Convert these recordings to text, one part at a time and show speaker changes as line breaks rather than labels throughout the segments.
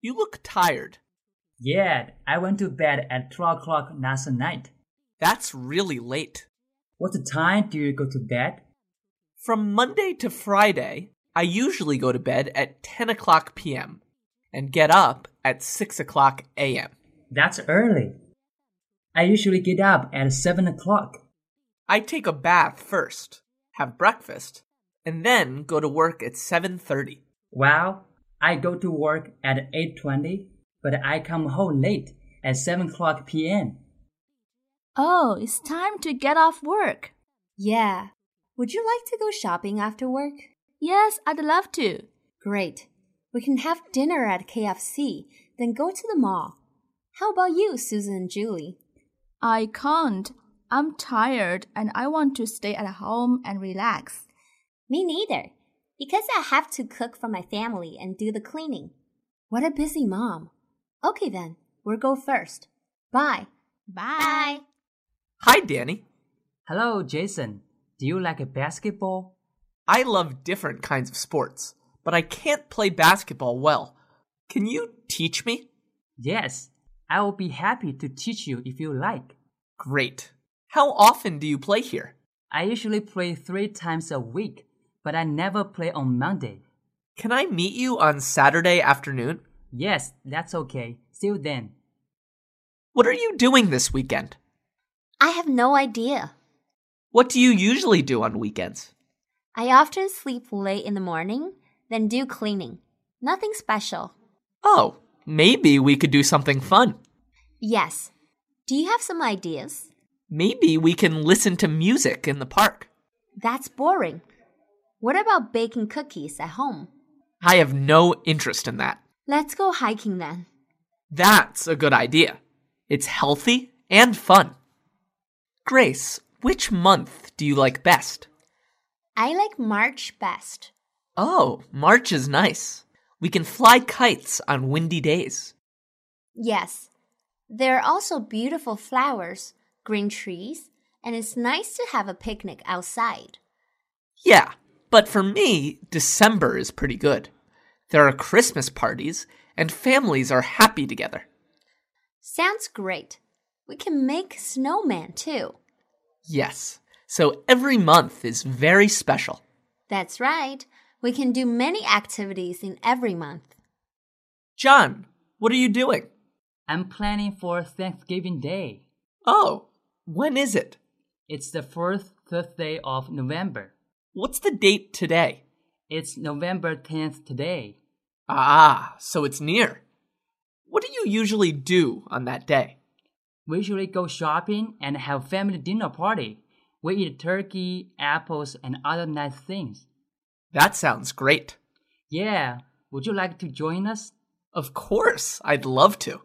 You look tired.
Yeah, I went to bed at 12 o'clock last night.
That's really late.
What time do you go to bed?
From Monday to Friday, I usually go to bed at 10 o'clock p.m. and get up at 6 o'clock a.m.
That's early. I usually get up at 7 o'clock.
I take a bath first, have breakfast, and then go to work at 7:30.
Well, I go to work at 8.20, but I come home late at 7 o'clock p.m.
Oh, it's time to get off work.
Yeah. Would you like to go shopping after work?
Yes, I'd love to.
Great. We can have dinner at KFC, then go to the mall. How about you, Susan and Julie?
I can't. I'm tired and I want to stay at home and relax.
Me neither, because I have to cook for my family and do the cleaning. What a busy mom. Okay then, we'll go first. Bye.
Bye.
Hi, Danny.
Hello, Jason. Do you like basketball?
I love different kinds of sports, but I can't play basketball well. Can you teach me?
Yes, I will be happy to teach you if you like.
Great. How often do you play here?
I usually play three times a week, but I never play on Monday.
Can I meet you on Saturday afternoon?
Yes, that's okay. See you then.
What are you doing this weekend?
I have no idea.
What do you usually do on weekends?
I often sleep late in the morning, then do cleaning. Nothing special.
Oh, maybe we could do something fun.
Yes. Do you have some ideas?
Maybe we can listen to music in the park.
That's boring. What about baking cookies at home?
I have no interest in that.
Let's go hiking then.
That's a good idea. It's healthy and fun. Grace, which month do you like best?
I like March best.
Oh, March is nice. We can fly kites on windy days.
Yes. There are also beautiful flowers, green trees, and it's nice to have a picnic outside.
Yeah, but for me, December is pretty good. There are Christmas parties, and families are happy together.
Sounds great. We can make snowman too.
Yes, so every month is very special.
That's right. We can do many activities in every month.
John, what are you doing?
I'm planning for Thanksgiving Day.
Oh, when is it?
It's the first Thursday of November.
What's the date today?
It's November 10th today.
Ah, so it's near. What do you usually do on that day?
We usually go shopping and have family dinner party. We eat turkey, apples, and other nice things.
That sounds great.
Yeah, would you like to join us?
Of course, I'd love to.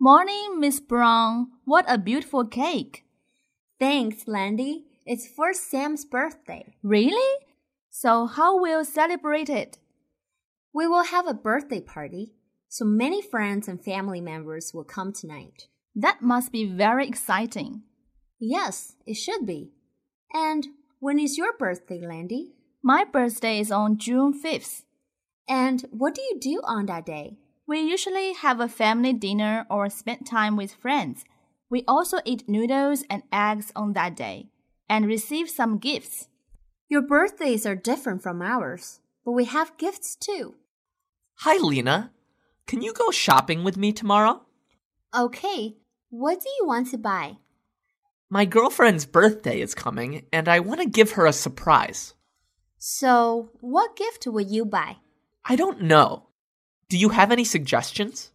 Morning, Miss Brown. What a beautiful cake.
Thanks, Landy. It's for Sam's birthday.
Really? So how will celebrate it?
We will have a birthday party, so many friends and family members will come tonight.
That must be very exciting.
Yes, it should be. And when is your birthday, Landy?
My birthday is on June 5th.
And what do you do on that day?
We usually have a family dinner or spend time with friends. We also eat noodles and eggs on that day and receive some gifts.
Your birthdays are different from ours, but we have gifts too.
Hi, Lena. Can you go shopping with me tomorrow?
Okay, what do you want to buy?
My girlfriend's birthday is coming, and I want to give her a surprise.
So, what gift will you buy?
I don't know. Do you have any suggestions?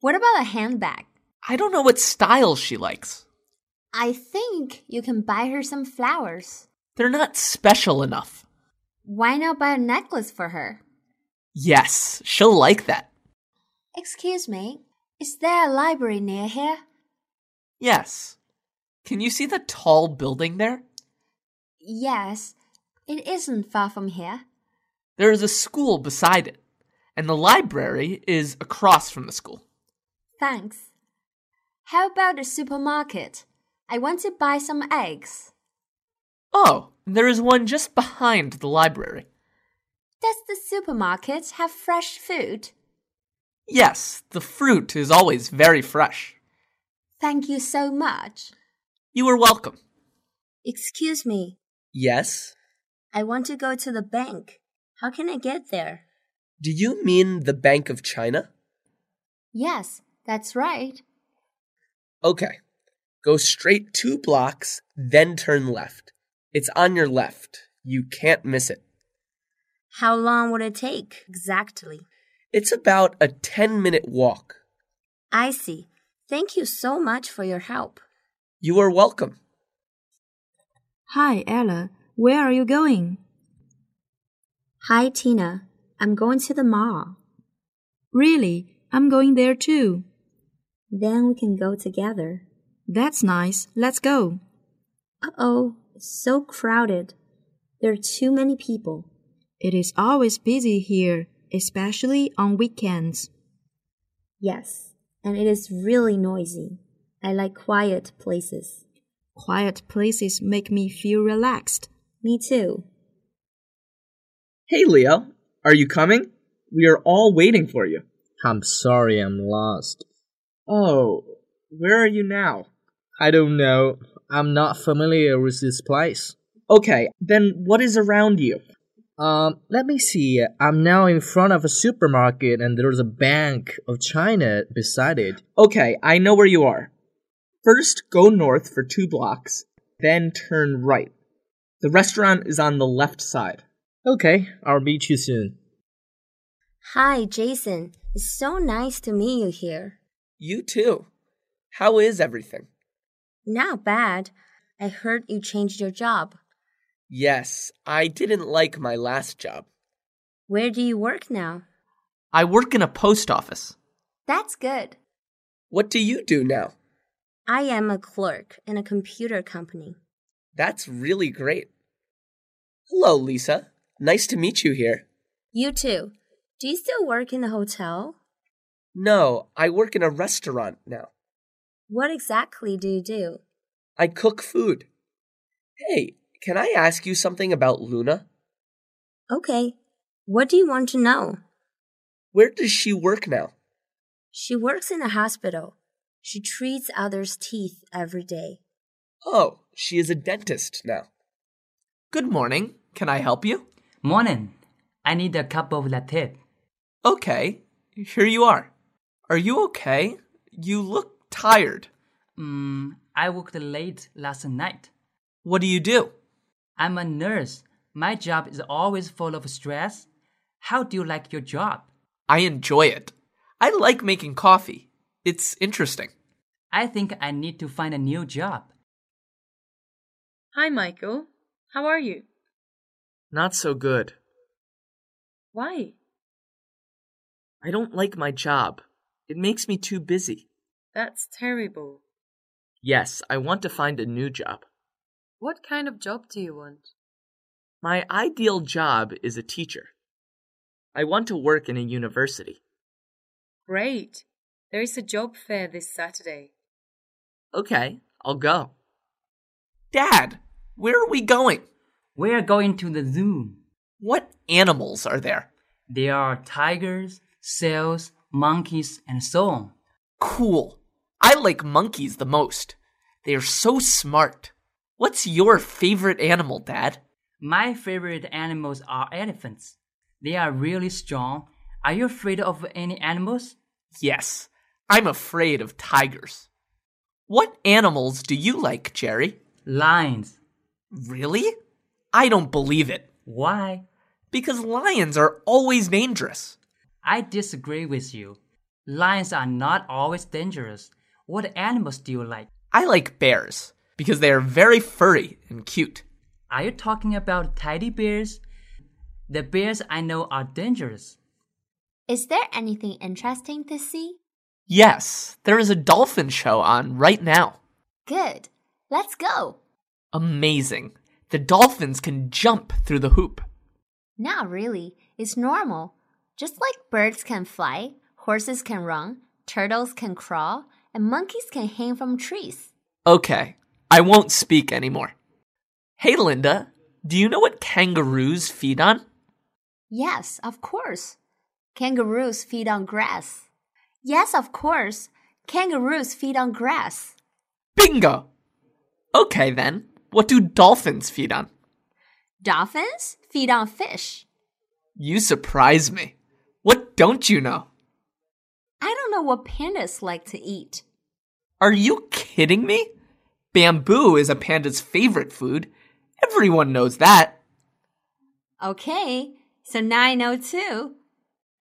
What about a handbag?
I don't know what style she likes.
I think you can buy her some flowers.
They're not special enough.
Why not buy a necklace for her?
Yes, she'll like that.
Excuse me, is there a library near here?
Yes. Can you see the tall building there?
Yes, it isn't far from here.
There is a school beside it, and the library is across from the school.
Thanks. How about a supermarket? I want to buy some eggs.
Oh, there is one just behind the library.
Does the supermarket have fresh food?
Yes, the fruit is always very fresh.
Thank you so much.
You are welcome.
Excuse me,
Yes?
I want to go to the bank. How can I get there?
Do you mean the Bank of China?
Yes, that's right.
Okay. Go straight two blocks, then turn left. It's on your left. You can't miss it.
How long would it take exactly?
It's about a 10 minute walk.
I see. Thank you so much for your help.
You are welcome.
Hi, Ella. Where are you going?
Hi, Tina. I'm going to the mall.
Really? I'm going there too.
Then we can go together.
That's nice. Let's go.
Uh oh, so crowded. There are too many people.
It is always busy here, especially on weekends.
Yes, and it is really noisy. I like quiet places.
Quiet places make me feel relaxed.
Me too.
Hey, Leo, are you coming? We are all waiting for you.
I'm sorry I'm lost.
Oh, where are you now?
I don't know. I'm not familiar with this place.
Okay, then what is around you?
Um, let me see. I'm now in front of a supermarket and there's a Bank of China beside it.
Okay, I know where you are. First, go north for two blocks, then turn right. The restaurant is on the left side.
Okay, I'll meet you soon.
Hi, Jason. It's so nice to meet you here.
You too. How is everything?
Not bad. I heard you changed your job.
Yes, I didn't like my last job.
Where do you work now?
I work in a post office.
That's good.
What do you do now?
I am a clerk in a computer company.
That's really great. Hello, Lisa. Nice to meet you here.
You too. Do you still work in the hotel?
No, I work in a restaurant now.
What exactly do you do?
I cook food. Hey, can I ask you something about Luna?
Okay. What do you want to know?
Where does she work now?
She works in a hospital. She treats others' teeth every day.
Oh, she is a dentist now.
Good morning. Can I help you?
Morning. I need a cup of latte.
Okay, here you are. Are you okay? You look tired.
Mm, I worked late last night.
What do you do?
I'm a nurse. My job is always full of stress. How do you like your job?
I enjoy it. I like making coffee. It's interesting.
I think I need to find a new job.
Hi, Michael. How are you?
Not so good.
Why?
I don't like my job. It makes me too busy.
That's terrible.
Yes, I want to find a new job.
What kind of job do you want?
My ideal job is a teacher. I want to work in a university.
Great. There is a job fair this Saturday.
Okay, I'll go.
Dad, where are we going?
We're going to the zoo.
What animals are there?
There are tigers, seals, monkeys, and so on.
Cool. I like monkeys the most. They are so smart. What's your favorite animal, Dad?
My favorite animals are elephants. They are really strong. Are you afraid of any animals?
Yes, I'm afraid of tigers. What animals do you like, Jerry?
Lions.
Really? I don't believe it.
Why?
Because lions are always dangerous.
I disagree with you. Lions are not always dangerous. What animals do you like?
I like bears because they are very furry and cute.
Are you talking about teddy bears? The bears I know are dangerous.
Is there anything interesting to see?
Yes, there is a dolphin show on right now.
Good. Let's go.
Amazing. The dolphins can jump through the hoop.
Not really. It's normal. Just like birds can fly, horses can run, turtles can crawl, and monkeys can hang from trees.
Okay, I won't speak anymore. Hey, Linda, do you know what kangaroos feed on?
Yes, of course. Kangaroos feed on grass. Yes, of course. Kangaroos feed on grass.
Bingo! Okay then, what do dolphins feed on?
Dolphins feed on fish.
You surprise me. What don't you know?
I don't know what pandas like to eat.
Are you kidding me? Bamboo is a panda's favorite food. Everyone knows that.
oh Okay, so now I know too.